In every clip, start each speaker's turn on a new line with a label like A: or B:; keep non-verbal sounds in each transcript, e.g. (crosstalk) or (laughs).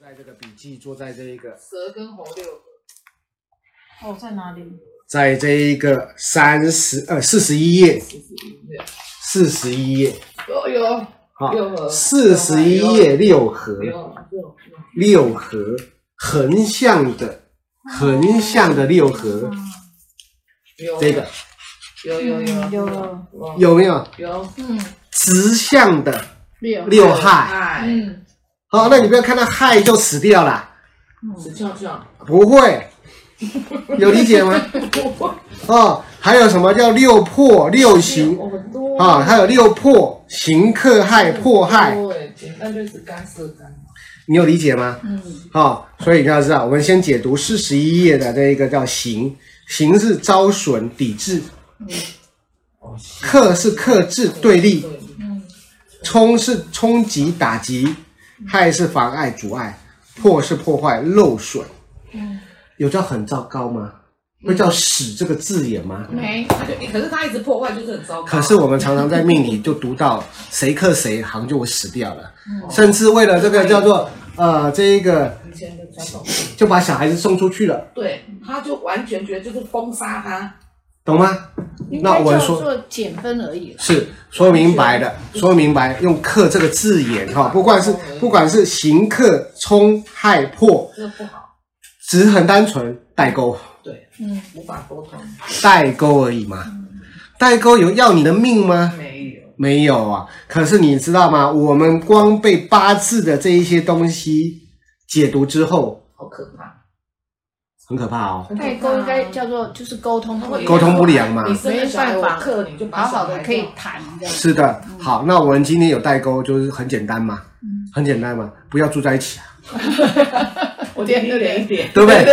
A: 在这个笔记，做在这一个，
B: 蛇跟猴六合，
C: 哦，在哪里？
A: 在这一个三十呃四十一页，
B: 四十一页，
A: 四十一页，
C: 嗯
B: 有有
A: 好
B: 六合，
A: 四十一页六合，
B: 有有
A: 六合横向的，横向的六合，
B: 有
A: 这个
B: 有有有
C: 嗯有了
B: 有
A: 有没有
B: 有
C: 嗯，
A: 直向的
C: 六
A: 六害？
B: 嗨，
C: 嗯，
A: 好，那你不要看到害就死掉了，
C: 嗯
B: 死翘翘，
A: 不会，有理解吗？哦，还有什么叫六破六行？
B: 我们多嗯
A: 啊，它有六破、刑克害、迫害，
B: 对，简单就是干涉干，
A: 你有理解吗？
C: 嗯，
A: 好、所以你要知道，我们先解读四十一页的这一个叫刑，刑是招损、抵制，
B: 哦，是
A: 克是克制、对立，冲是冲击、打击，害是妨碍、阻碍，破是破坏、漏损。有叫很糟糕吗？会叫死这个字眼吗？
C: 没，
B: 他就可是他一直破坏，就是很糟糕。
A: 可是我们常常在命里就读到谁克谁，好像就会死掉了，甚至为了这个叫做呃这一个
B: 以前的传统，
A: 就把小孩子送出去了，
B: 对，他就完全觉得就是封杀他，
A: 懂吗？那我们
C: 应该叫
A: 说
C: 做啊减分而已了。
A: 是说明白的，说明白用“克”这个字眼哈，不管是不管是行克、冲、害、破，
B: 这个不好，
A: 只是很单纯代沟，
B: 对，
C: 嗯，
B: 无法沟通，
A: 代沟而已嘛。代沟有要你的命吗？
B: 没有，
A: 没有啊。可是你知道吗？我们光被八字的这一些东西解读之后，
B: 好可怕。
A: 很可怕哦。
C: 代沟应该叫做就是沟通不良
A: 沟通不良嘛
B: 哦你
C: 嗯
B: 生了小孩我克你就把
C: 好
B: 小
C: 好
B: 孩
C: 的可以谈这样。
A: 是的，好，那我们今天有代沟，就是很简单嘛，
C: 嗯
A: 很简单嘛，不要住在一起啊。
B: 我点一点一点，
A: 对不
C: (laughs)
A: 对？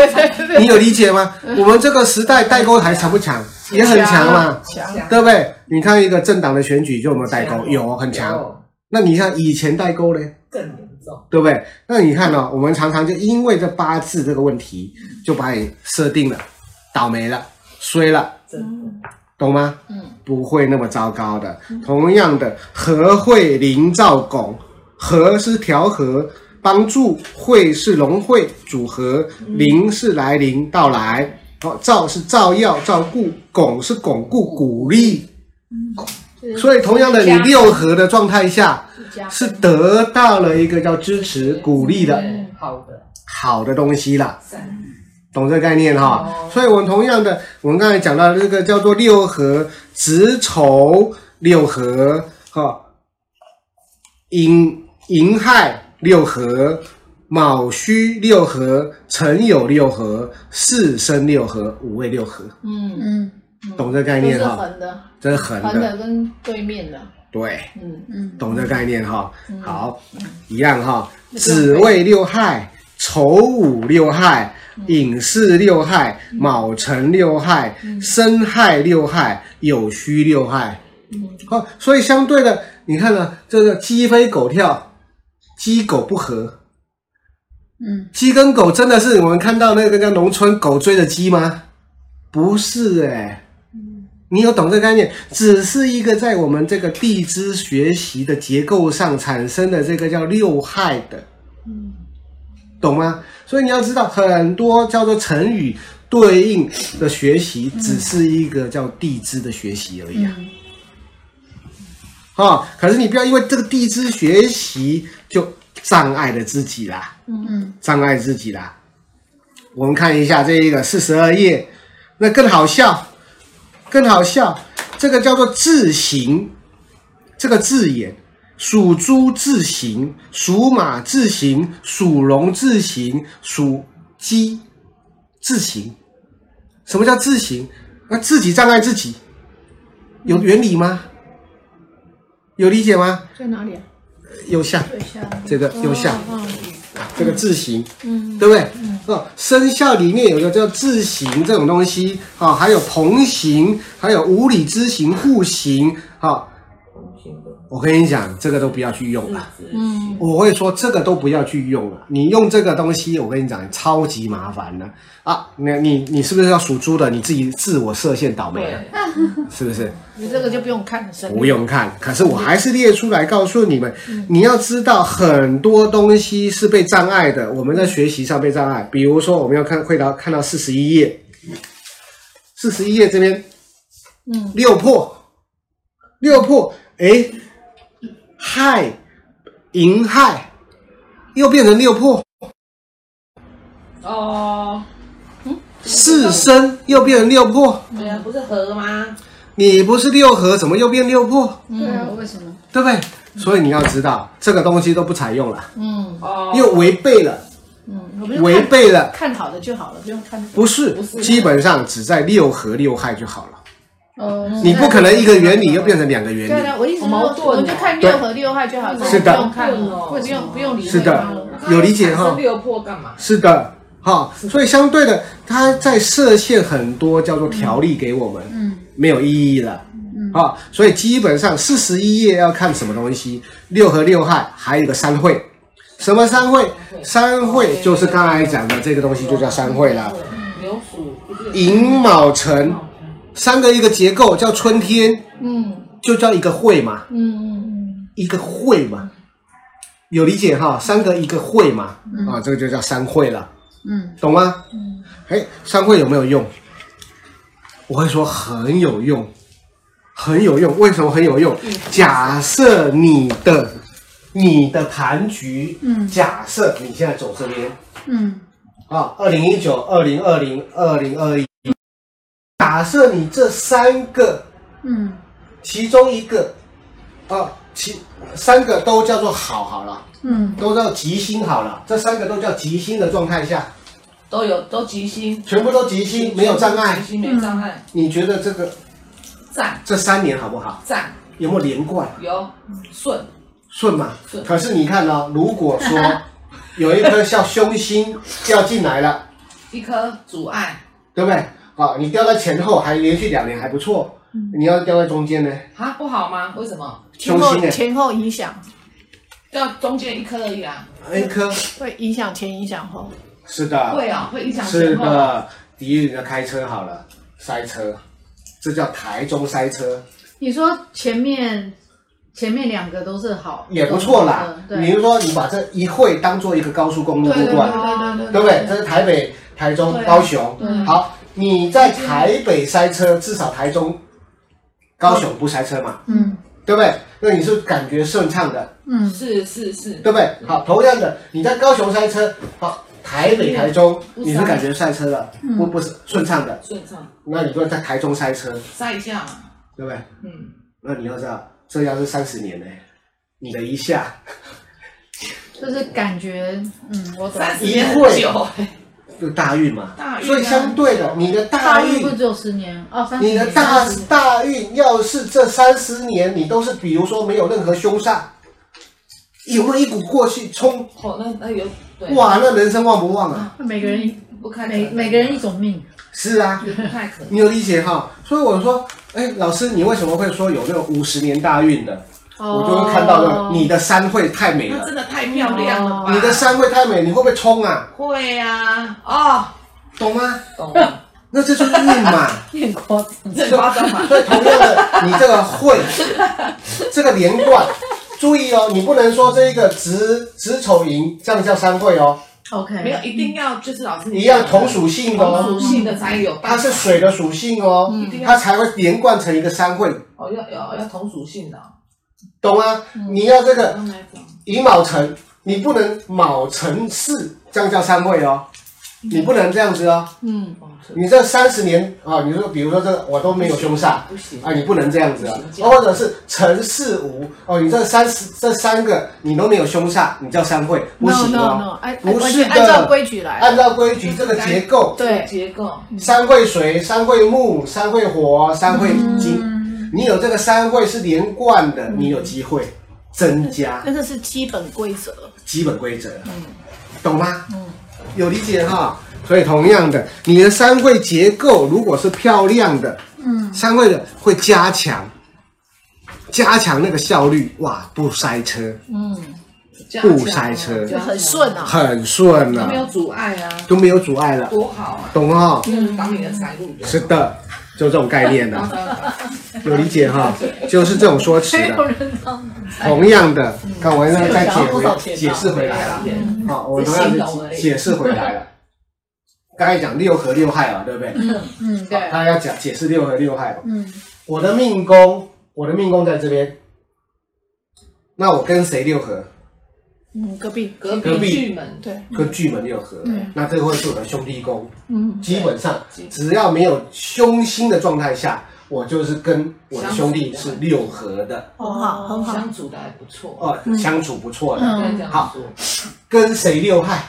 C: 对
A: (laughs) 你有理解吗？
B: 嗯
A: 我们这个时代代沟还强不强？也很强嘛，
B: 强
A: 对不对？你看一个政党的选举就有没有代沟？
B: 强
A: 有，很强。
B: 有
A: 那你看以前代沟呢，
B: 更严重，
A: 对不对？那你看哦呢、我们常常就因为这八字这个问题，就把你设定了倒霉了、衰了，
B: 真的
A: 懂吗？
C: 嗯，
A: 不会那么糟糕的。
B: 嗯
A: 同样的，和会临兆拱，和是调和。帮助会是融会组合，
B: 嗯
A: 临是来临到来，哦，照是照耀照顾，拱是巩固鼓励，
B: 嗯
A: 所以同样的，你
C: 加
A: 六合的状态下
C: 是加
A: 是得到了一个叫支持鼓励的
B: 啊对好的
A: 好的东西啦。
B: 善
A: 懂这个概念哈、
B: 哦
A: 所以，我们同样的，我们刚才讲到这个叫做六合、子丑六合哈，寅寅亥六合、卯戌六合、辰酉六合、巳申六合、午未六合，
B: 嗯，
C: 嗯，
A: 懂这个概
C: 都
A: 念
C: 是
A: 哈、
C: 横的，
A: 这是横
C: 横
A: 的，
C: 的跟对面的，
A: 对，
B: 嗯
C: 嗯，
A: 懂这个概念哈、好，一样哈、子
C: 那就
A: 未六害、丑午六害、
C: 嗯
A: 寅巳六害、卯辰六害、
C: 嗯
A: 申亥六害、酉戌六害。
C: 嗯
A: 好、所以相对的，你看呢，这个鸡飞狗跳，鸡狗不和。
C: 嗯，
A: 鸡跟狗真的是我们看到那个叫农村狗追着鸡吗？不是哎、你有懂这个概念？只是一个在我们这个地支学习的结构上产生的这个叫六害的，懂吗？所以你要知道，很多叫做成语对应的学习，只是一个叫地支的学习而已啊。哦，可是你不要因为这个地支学习就障碍了自己啦。障碍自己啦。我们看一下这一个四十二页，那更好笑，更好笑。这个叫做“字形”这个字眼，属猪字形，属马字形，属龙字形，属鸡字形。什么叫字形？那自己障碍自己，有原理吗？有理解吗？
C: 在哪里啊？
A: 右下
C: 对下。
A: 这个右下。
C: 哦
A: 这个字形，
C: 嗯，
A: 对不对？哦，生肖里面有个叫字形这种东西，啊、还有同形，还有无理之形、户形，啊、
B: 同性的
A: 我跟你讲，这个都不要去用了。
B: 是
C: 嗯
A: 我会说这个都不要去用了，你用这个东西，我跟你讲，超级麻烦的啊！你你你是不是要属猪的？你自己自我设限倒霉了，
B: 对，
A: 是不是？
C: 你这个就不用看了，省略
A: 不用看，可是我还是列出来告诉你们，你要知道很多东西是被障碍的，我们在学习上被障碍。比如说，我们要看会到看到四十一页，四十一页这边
C: 嗯
A: 六破，六破，哎，亥，寅亥，又变成六破，
B: 哦，
A: 四生又变成六破，
B: 对啊，不是和吗？
A: 你不是六合，怎么又变六破？
C: 对啊，为什么？
A: 对不对？所以你要知道，这个东西都不采用了，
C: 嗯
B: 哦，
A: 又违背了，
C: 嗯，我们就
A: 违
C: 看
A: 背了，
C: 看好的就好了，不用看
A: 不是
B: 不是，
A: 基本上只在六合六害就好了。
C: 哦，
A: 你不可能一个原理又变成两个原
C: 对
A: 理，
C: 啊，我一直说
B: 矛盾哦
C: 我就看六和六害就好，
A: 是的
C: 不用看了，
B: 对
C: 不用不用理
A: 是
C: 会
A: 的
C: 它了。
A: 有理解哈
B: 是六破干嘛？
A: 是的，哈，所以相对的，它在设限很多叫做条例给我们，
C: 嗯，
A: 没有意义了。啊，所以基本上四十一页要看什么东西，六合六害，还有一个三会，什么三会？三会就是刚才讲的这个东西，就叫三会啦。
B: 牛鼠不是
A: 寅卯辰三个一个结构叫春天，
C: 嗯
A: 就叫一个会嘛，
C: 嗯嗯
A: 一个会嘛，有理解哈？三个一个会嘛，啊，这个就叫三会了。
C: 嗯
A: 懂吗？哎，三会有没有用？我会说很有用，很有用。为什么很有用？
C: 嗯
A: 假设你的你的盘局，
C: 嗯
A: 假设你现在走这边
C: 嗯
A: 啊，二零一九、二零二零、二零二一，假设你这三个
C: 嗯
A: 其中一个啊，其三个都叫做好好了，
C: 嗯
A: 都叫吉星好了，这三个都叫吉星的状态下，
B: 都有都吉星，
A: 全部都吉星，没有障碍
B: 吉。星没障碍，
A: 你觉得这个
B: 赞
A: 这三年好不好？
B: 赞
A: 有没有连贯
B: 有顺，
A: 顺嘛？
B: 顺
A: 可是你看哦，如果
C: (laughs)
A: 说有一颗像凶星掉进来了，
B: 一颗阻碍
A: 对不对？好、你掉在前后还连续两年还不错，你要是掉在中间呢？
B: 啊不好吗？为什么？
A: 凶星
C: 嗯前后
A: 呢？
C: 前后影响
B: 要中间一颗而已啊，
A: 一颗
C: 会影响前影响后，
A: 是的，
B: 会啊，会影响
A: 是
B: 前后。
A: 的，敌人的开车好了，塞车，这叫台中塞车，
D: 你说前面前面两个都是好，
A: 也不错啦
D: 嗯。
A: 比
D: 对，
A: 如说你把这一会当做一个高速公路
B: 对
A: 路
B: 对对
A: 段，
B: 对对
A: 对不对？这是台北、台中
B: 对、啊
A: 高雄，
B: 对，
A: 好，你在台北塞车，至少台中、高雄不塞车嘛，
D: 嗯
A: 对不对？那你是感觉顺畅的，
D: 嗯
B: 是是是，
A: 对不对？好，同样的，你在高雄塞车，好，台北、台中
B: 嗯不
A: 你是
B: 塞嗯
A: 感觉塞车的，不不是顺畅的，
B: 顺畅，
A: 那你就在台中塞车，
B: 塞一下嘛，
A: 对不对？
B: 嗯，
A: 那你要知道，这要是三十年呢、你的一下
D: 就是感觉，嗯，我懂。
B: 三十年很久，
A: 就大运嘛，
B: 大运啊
A: 所以相对的，你的
D: 大
A: 大
D: 运
A: 运
D: 不。只有十年哦，三十
A: 你
D: 年
A: 的大
D: 30年
A: 大运要是这三十年你都是，比如说没有任何凶煞，有没有一股过去冲？
B: 哦，那那有对，
A: 哇，那人生旺不旺啊？
D: 每个人
B: 不开
D: 每每个人一种命，
A: 是啊，
B: 也不太可能，
A: 你有理解哈？所以我说，哎，老师，你为什么会说有那种五十年大运的？我就会看到那种你的山会太美
B: (laughs) 那
A: 了，
B: 真的太漂亮了吧？
A: 你的山会太美，你会不会冲啊？
B: 会哦呀，哦，
A: 懂吗？
B: 懂了，
A: 那这就是运嘛。
D: 变夸张。
B: 这很夸张嘛，
A: 所以同样的，你这个会，这个连贯，注意哦，你不能说这一个子子丑寅，这样叫三会哦，
D: OK，
B: (laughs) 没有一定要就是老师你
A: 一样同属性
B: 同
A: 哦，
B: 属性的才有办
A: 它
B: 法，
A: 是水的属性哦，
B: 一定要
A: 它才会连贯成一个三会，
B: 哦要要要同属性的哦，
A: 懂吗？你要这个
B: 刚才讲
A: 寅卯辰，你不能卯辰巳，这样叫三会哦。你不能这样子哦，
C: 嗯
B: 哦这
A: 你这三十年啊、你说比如说这个我都没有凶煞，
B: 不行
A: 啊，你不能这样子啊
B: 不，行
A: 哦或者是陈世无哦，你这三十这三个你都没有凶煞，你叫三会，不
C: ，no
A: 行
C: no
A: 哦。
C: no，哎，
A: 不
C: 完
A: 是
C: 全按照
A: 的，啊
C: 规矩来，
A: 按照规矩这个结构，
C: 对
B: 结构，
A: 三会水、三会木、三会火、三会金，
D: 嗯
A: 你有这个三会是连贯的，你有机会增加
C: 但是是基本规则，
A: 基本规则，懂吗？有理解哈。所以同样的，你的三会结构如果是漂亮的，
D: 嗯
A: 三会的会加强，加强那个效率，哇，不塞车，
C: 嗯，
B: 这样哦
A: 不塞车
B: 这
C: 就
B: 样
C: 很顺啊。
A: 很顺
B: 都
A: 了、
B: 没有阻碍啊，
A: 都没有阻碍了，
B: 多好啊！
A: 懂哦？
B: 就是挡你的财路的。
A: 是的，就这种概念
B: (laughs)
A: 的、有理解哈、就是这种说辞
D: 没有
A: 的。
D: (laughs) 人当
A: 同样的，看我那个再解
C: 这个想要多少
A: 回
C: 钱吧
A: 解
B: 啊
A: 释回来了。
B: 嗯
A: 好、我同样
B: 只是形容
A: 的
B: 而已
A: 解释回来了。刚才讲六合六害了，对不对？
D: 嗯对，
A: 他要讲解释六合六害嘛。
D: 嗯
A: 我的命宫，我的命宫在这边，那我跟谁六合？
C: 嗯，隔壁
B: 隔
A: 隔壁
B: 壁巨门，
C: 对，
A: 跟巨门六合。
C: 嗯
A: 那这会是我的兄弟宫。
C: 嗯
A: 基本上
B: 对
A: 只要没有凶星的状态下，我就是跟我的兄弟是六合的，
C: 很好很好。
B: 相处的还不错。
A: 哦，相处不错的。
C: 嗯
B: 应该这样
A: 好
B: 说，
A: 跟谁六害？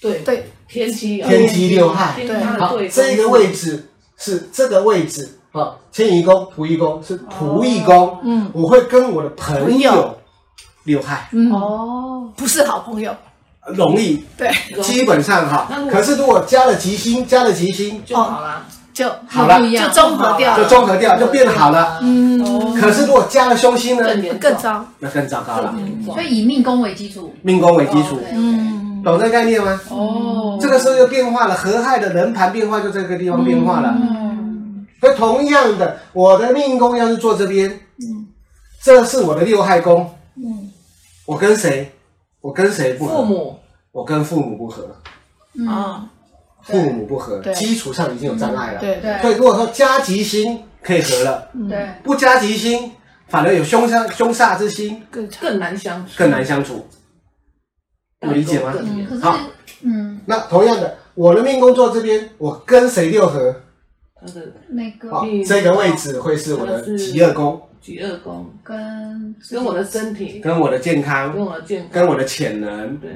B: 对
C: 对，
B: 天机啊，
A: 天机六害。
B: 对他的
A: 好，
B: 对
A: 这个位置是这个位置，哦，迁移宫、仆役宫是仆役宫，
C: 嗯
A: 我会跟我的朋
C: 朋
A: 友
C: 友
A: 六害，
C: 嗯，
D: 哦，
C: 不是好朋友。
A: 容易，
C: 对，
B: 容
A: 基本上哈
B: 那如。果
A: 可是如果加了吉星，加了吉星
B: 就好啦，
C: 就
A: 好了
D: 不一
C: 就
D: 样
C: 综合掉
A: 就
C: 了。
A: 综合掉，哦啊就变好了。
C: 嗯，
A: 可是如果加了凶星呢，
B: 更严
C: 更糟。
A: 那更糟糕了
B: 更。严重
D: 所。以以命宫为基础，
A: 命宫为基础，
D: 哦，OK
C: 嗯，
A: 懂这个概念吗？
B: 哦
A: 这个时候就变化了，合害的人盘变化就这个地方变化了。
D: 嗯
A: 那、同样的，我的命宫要是坐这边，
C: 嗯
A: 这是我的六害宫，
C: 嗯
A: 我跟谁？我跟谁不合？
B: 父母
A: 我跟父母不合，
D: 嗯
C: 啊，
A: 父母不合，
C: 对
A: 基础上已经有障碍了。
C: 对
D: 对
A: 对，如果说加吉星可以合了，
C: 嗯
D: 对，
A: 不加吉星反而有凶煞凶煞之心，
C: 更
B: 更难相处，
A: 更难相处。我理解吗？
B: 更严
D: 可是
A: 好
D: 嗯
A: 那同样的，我的命宫坐这边，我跟谁六合？
B: 他的
D: 那个
A: 好
B: 嗯，
A: 这个位置会是我的极恶宫，
B: 极恶宫
D: 跟
B: 跟我的身
D: 嗯
B: 体，
A: 跟我的健康
B: 跟，我的健康，
A: 跟我的潜能
B: 对，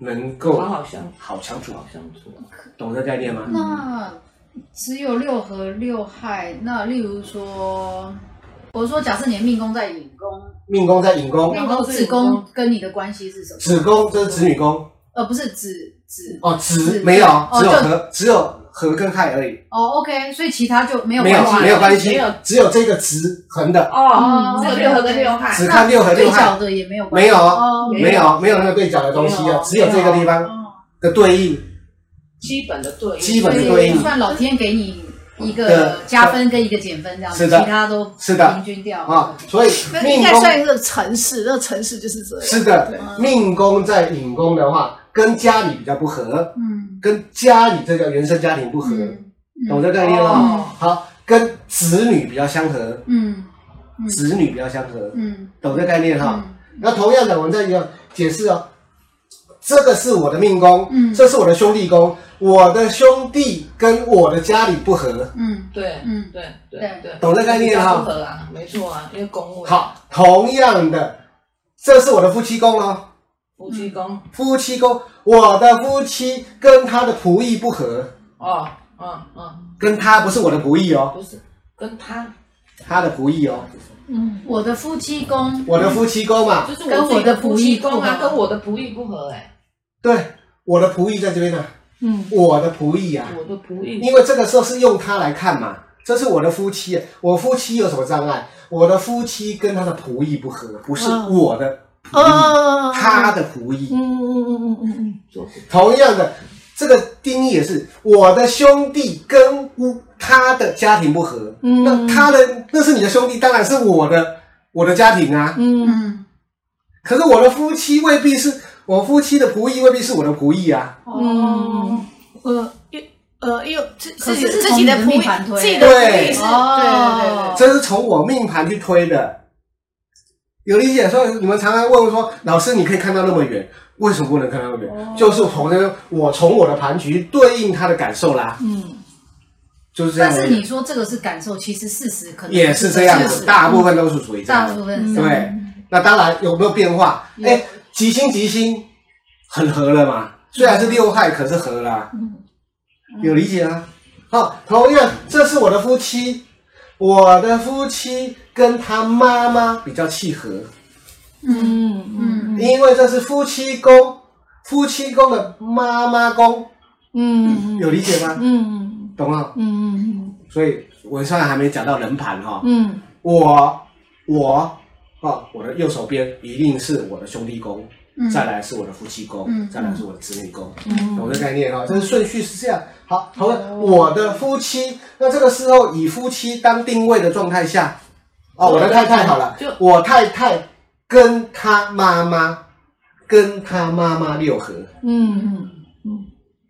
A: 能
B: 好
A: 够
B: 好相处，
A: 好相处，啊
B: 好相处。
A: 懂这概念吗？
D: 那只有六合六害，那例如说，我说假设你的命宫在引宫，
A: 命宫在引宫，
D: 命宫子宫跟你的关系是什么？
A: 子宫这是子女宫
D: 呃，不是子子
A: 哦，子
D: 子
A: 没有，只有
D: 就
A: 合，只有合跟亥而已，
D: 哦，OK，所以其他就没有
A: 没有
D: 关系，
A: 没有关系
B: 没有，
A: 只有这个直横的，
B: 哦
D: 嗯，
B: 这个六合跟六害
A: 只看六合
D: 对
A: 六害，
D: 角的也没有关
A: 没
D: 系，
A: 有
D: 哦
B: 没有
A: 没有没有那个对角的东西
B: 没
A: 啊
B: 有，
A: 只有这个地方
D: 哦
A: 的对应，
B: 基本的对应，
A: 基
D: 所
A: 本的对
D: 以
A: 应
D: 算老天给你一
A: 的
D: 个加分跟一个减分这样子，
A: 是的
D: 其他都
A: 是的
D: 平均掉
A: 啊，所以
C: 那哦应
A: 命
C: 该
A: 宫
C: 算一个城市，那个城市就是这样。
A: 是的，
D: 对
A: 命宫在引宫的话，跟家里比较不合，
D: 嗯，
A: 跟家里这个原生家庭不合，
D: 嗯
A: 懂这个概念吗？
B: 哦，
A: 好，跟子女比较相合，
D: 嗯嗯
A: 子女比较相合，
D: 嗯
A: 懂这概念哈？
D: 嗯
A: 那同样的，我们再一个解释哦，这个是我的命宫，
D: 嗯
A: 这是我的兄弟宫，我的兄弟跟我的家里不合，
D: 嗯
B: 对
D: 嗯
B: 对
D: 对
B: 对，
A: 懂这概念
B: 哈？
A: 哈
B: 不？合啊，没错啊，因为公务，
A: 好，同样的，这是我的夫妻宫哦，
B: 夫妻宫，
A: 夫妻宫，我的夫妻跟他的仆役不合，
B: 哦，嗯嗯，
A: 跟他不是我的仆役哦，
B: 不是跟他，
A: 他的仆役哦，
C: 嗯，
D: 我的夫妻宫，
A: 我的夫妻宫啊嘛，
B: 就是
D: 跟
B: 自己
D: 我的
B: 夫
D: 不
B: 妻
D: 义
B: 宫啊，
D: 不合
B: 跟我的不义不合哎，
A: 对，我的仆役在这边呢，
C: 嗯，
A: 我的仆役啊，
B: 我的不义
A: 因为这个时候是用它来看嘛，这是我的夫妻，啊我夫妻有什么障碍？我的夫妻跟他的仆役不合，不是
C: 嗯
A: 我的仆役，
C: 哦，
A: 他的仆役。
C: 嗯，嗯嗯嗯嗯嗯
B: 做不
A: 同样的，这个定义也是我的兄弟跟他的家庭不合，
C: 嗯
A: 那他的那是你的兄弟，当然是我的我的家庭啊。
C: 嗯
D: 嗯
A: 可是我的夫妻未必是我夫妻的仆役，未必是我的仆役啊。
D: 哦
C: 嗯，呃，因呃，因为自
D: 可
C: 自
D: 是
C: 己
D: 是
C: 自
D: 从
C: 己
D: 你
C: 的
D: 的
C: 仆
D: 命
C: 役
D: 盘推，
C: 自己的
A: 的
C: 仆役是，
D: 哦
C: 对对对对，
A: 这是从我命盘去推的。有理解说，你们常常问我说，老师你可以看到那么远，为什么不能看到那么远？就是从那个我从我的盘局对应他的感受啦，
C: 嗯
A: 就是这样
D: 但
A: 而已。
D: 是你说这个是感受，其实事实可能
A: 也是这样
D: 事
A: 子，
D: 实
A: 大部分都是属于这样
D: 大
A: 的。
D: 部
C: 嗯
D: 分是
A: 对，那当然有没有变化？
D: 有
A: 哎，吉星吉星很合了嘛，虽然是六害，可是合了啊、
C: 嗯
A: 有理解啊？好、同样，这是我的夫妻，我的夫妻跟他妈妈比较契合，
D: 嗯
C: 嗯
A: 因为这是夫妻宫，夫妻宫的妈妈宫，
C: 嗯
A: 有理解吗？
C: 嗯
A: 懂了？
C: 嗯嗯
A: 所以我虽然还没讲到人盘哈、
C: 嗯
A: 我我啊、我的右手边一定是我的兄弟宫，
D: 嗯
A: 再来是我的夫妻宫，
D: 嗯
A: 再来是我的子女宫。
C: 嗯
A: 懂这概念哈、这是顺序是这样。好，好了，我的夫妻，那这个时候以夫妻当定位的状态下，哦，我的太太好了
C: 就，
A: 我太太跟她妈妈，跟她妈妈六合，
C: 嗯嗯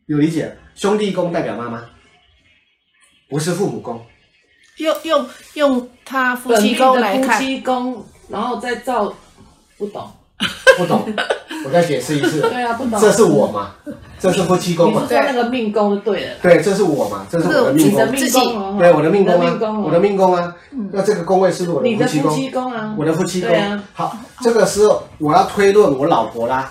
A: 有理解？兄弟宫代表妈妈，不是父母宫。
C: 用用用他夫
B: 本
C: 妻
B: 命
C: 宫
B: 的
C: 来
B: 夫
C: 看，
B: 妻宫，然后再造，不懂。
A: 不懂，我再解释一次。
B: 对啊，不懂。
A: 这是我嘛？这是夫妻宫
B: 你
A: 嘛
B: 是？说那个命宫就对了。
A: 对，这是我嘛？这是我的
C: 这是
A: 命
B: 你的
A: 宫，
B: 命宫哦，
A: 对，我的命宫
B: 你的命
A: 啊，
B: 宫哦啊
A: 我的命宫啊。那这个宫位是不是我
B: 你
A: 的
B: 的
A: 夫妻
B: 夫
A: 宫？
B: 妻宫啊，
A: 我的夫妻宫
B: 对啊。
A: 好，这个时候我要推论我老婆啦，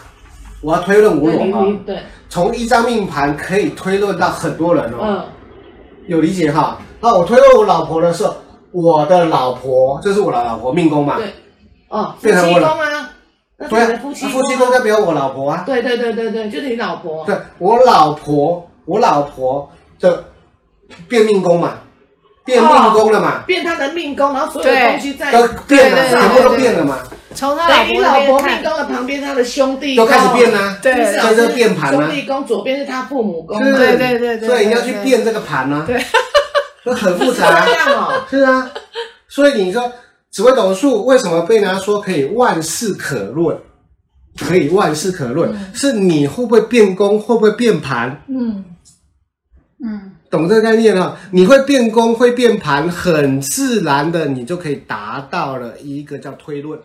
A: 我要推论我
B: 对
A: 老
B: 你
A: 婆啊
B: 你。对，
A: 从一张命盘可以推论到很多人哦，
B: 嗯，
A: 有理解哈？那我推论我老婆的时候，我的老婆这是我的老婆命宫嘛？
B: 对，哦，夫
A: 啊变成
B: 妻
A: 我
B: 宫
A: 了
B: 啊，那是
A: 对
B: 你
A: 啊
B: 的夫妻
A: 夫妻
B: 宫
A: 宫
B: 啊。
A: 代表我老婆啊。
B: 对对对对对，就是你老婆。
A: 对我老婆，我老婆的变命宫嘛，变命宫了嘛，
B: 变他的命宫，然后所有的
C: 对
B: 东西在
A: 都变了，
C: 对对对
A: 全部都变了嘛，
C: 从他老
B: 等于
C: 婆
B: 老
C: 那边
B: 婆命
C: 看，
B: 宫的旁边，他的兄弟
A: 都
B: 宫
A: 开始变，啦、
B: 就是
C: 对
B: 老
A: 在
B: 师
A: 这变盘啊
B: 兄弟宫左边是他父母宫嘛，
A: 是啊
C: 对对对对
A: 所以你要去变这个盘啊，
C: 对，
A: 这很复
B: 这
A: 杂，
B: 样哦。
A: 是啊，所以你说紫微斗数为什么被人家说可以万事可论？可以万事可论，是你会不会变宫，会不会变盘，
C: 嗯
D: 嗯
A: 懂这个概念哈，你会变工，会变盘，很自然的，你就可以达到了一个叫推论。